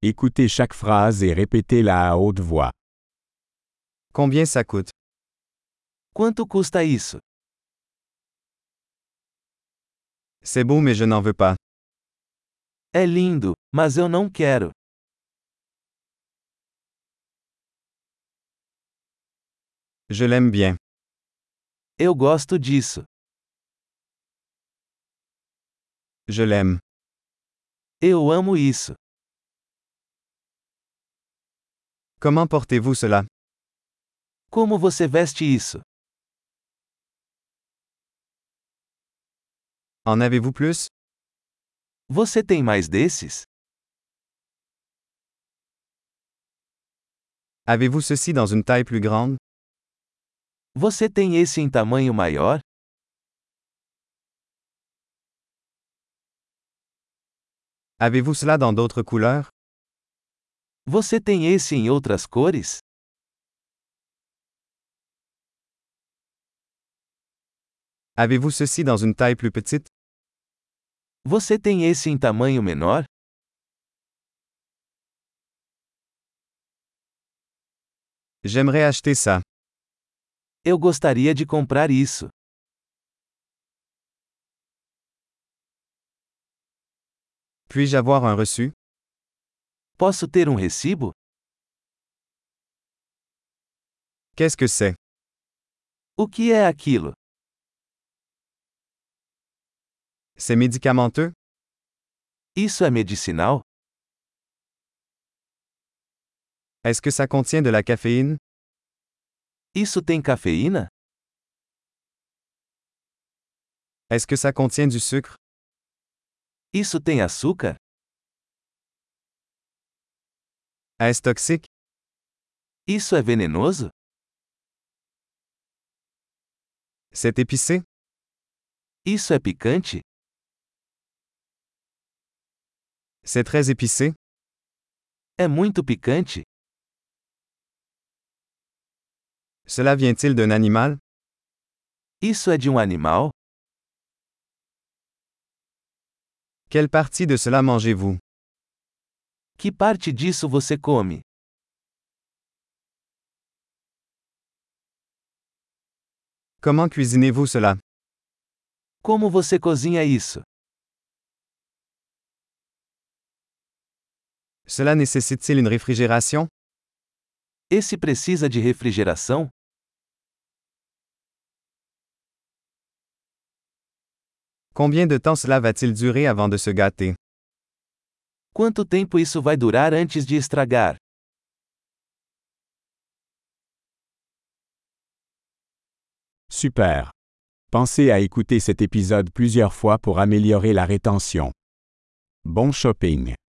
Écoutez chaque phrase et répétez-la à haute voix. Combien ça coûte? Quanto custa isso? C'est beau mais je n'en veux pas. É lindo, mas eu não quero. Je l'aime bien. Eu gosto disso. Je l'aime. Eu amo isso. Comment portez-vous cela? Como você veste isso? En avez-vous plus? Você tem mais desses? Avez-vous ceci dans une taille plus grande? Você tem esse em tamanho maior? Avez-vous cela dans d'autres couleurs? Você tem esse em outras cores? Avez-vous ceci dans une taille plus petite? Você tem esse em tamanho menor? J'aimerais acheter ça. Eu gostaria de comprar isso. Puis-je avoir un reçu? Posso ter um recibo? Qu'est-ce que c'est? O que é aquilo? C'est médicamenteux? Isso é medicinal? Est-ce que ça contient de la caféine? Isso tem cafeína? Est-ce que ça contient du sucre? Isso tem açúcar? Est-ce toxique? Isso é venenoso? C'est épicé? Isso é picante? C'est très épicé? É muito picante? Cela vient-il d'un animal? Isso é de um animal? Quelle partie de cela mangez-vous? Que parte disso você come? Comment cuisinez-vous cela? Como você cozinha isso? Cela nécessite-t-il une réfrigération? Esse precisa de refrigeração? Combien de temps cela va-t-il durer avant de se gâter? Quanto tempo isso vai durar antes de estragar? Super. Pensez à écouter cet épisode plusieurs fois pour améliorer la rétention. Bon shopping.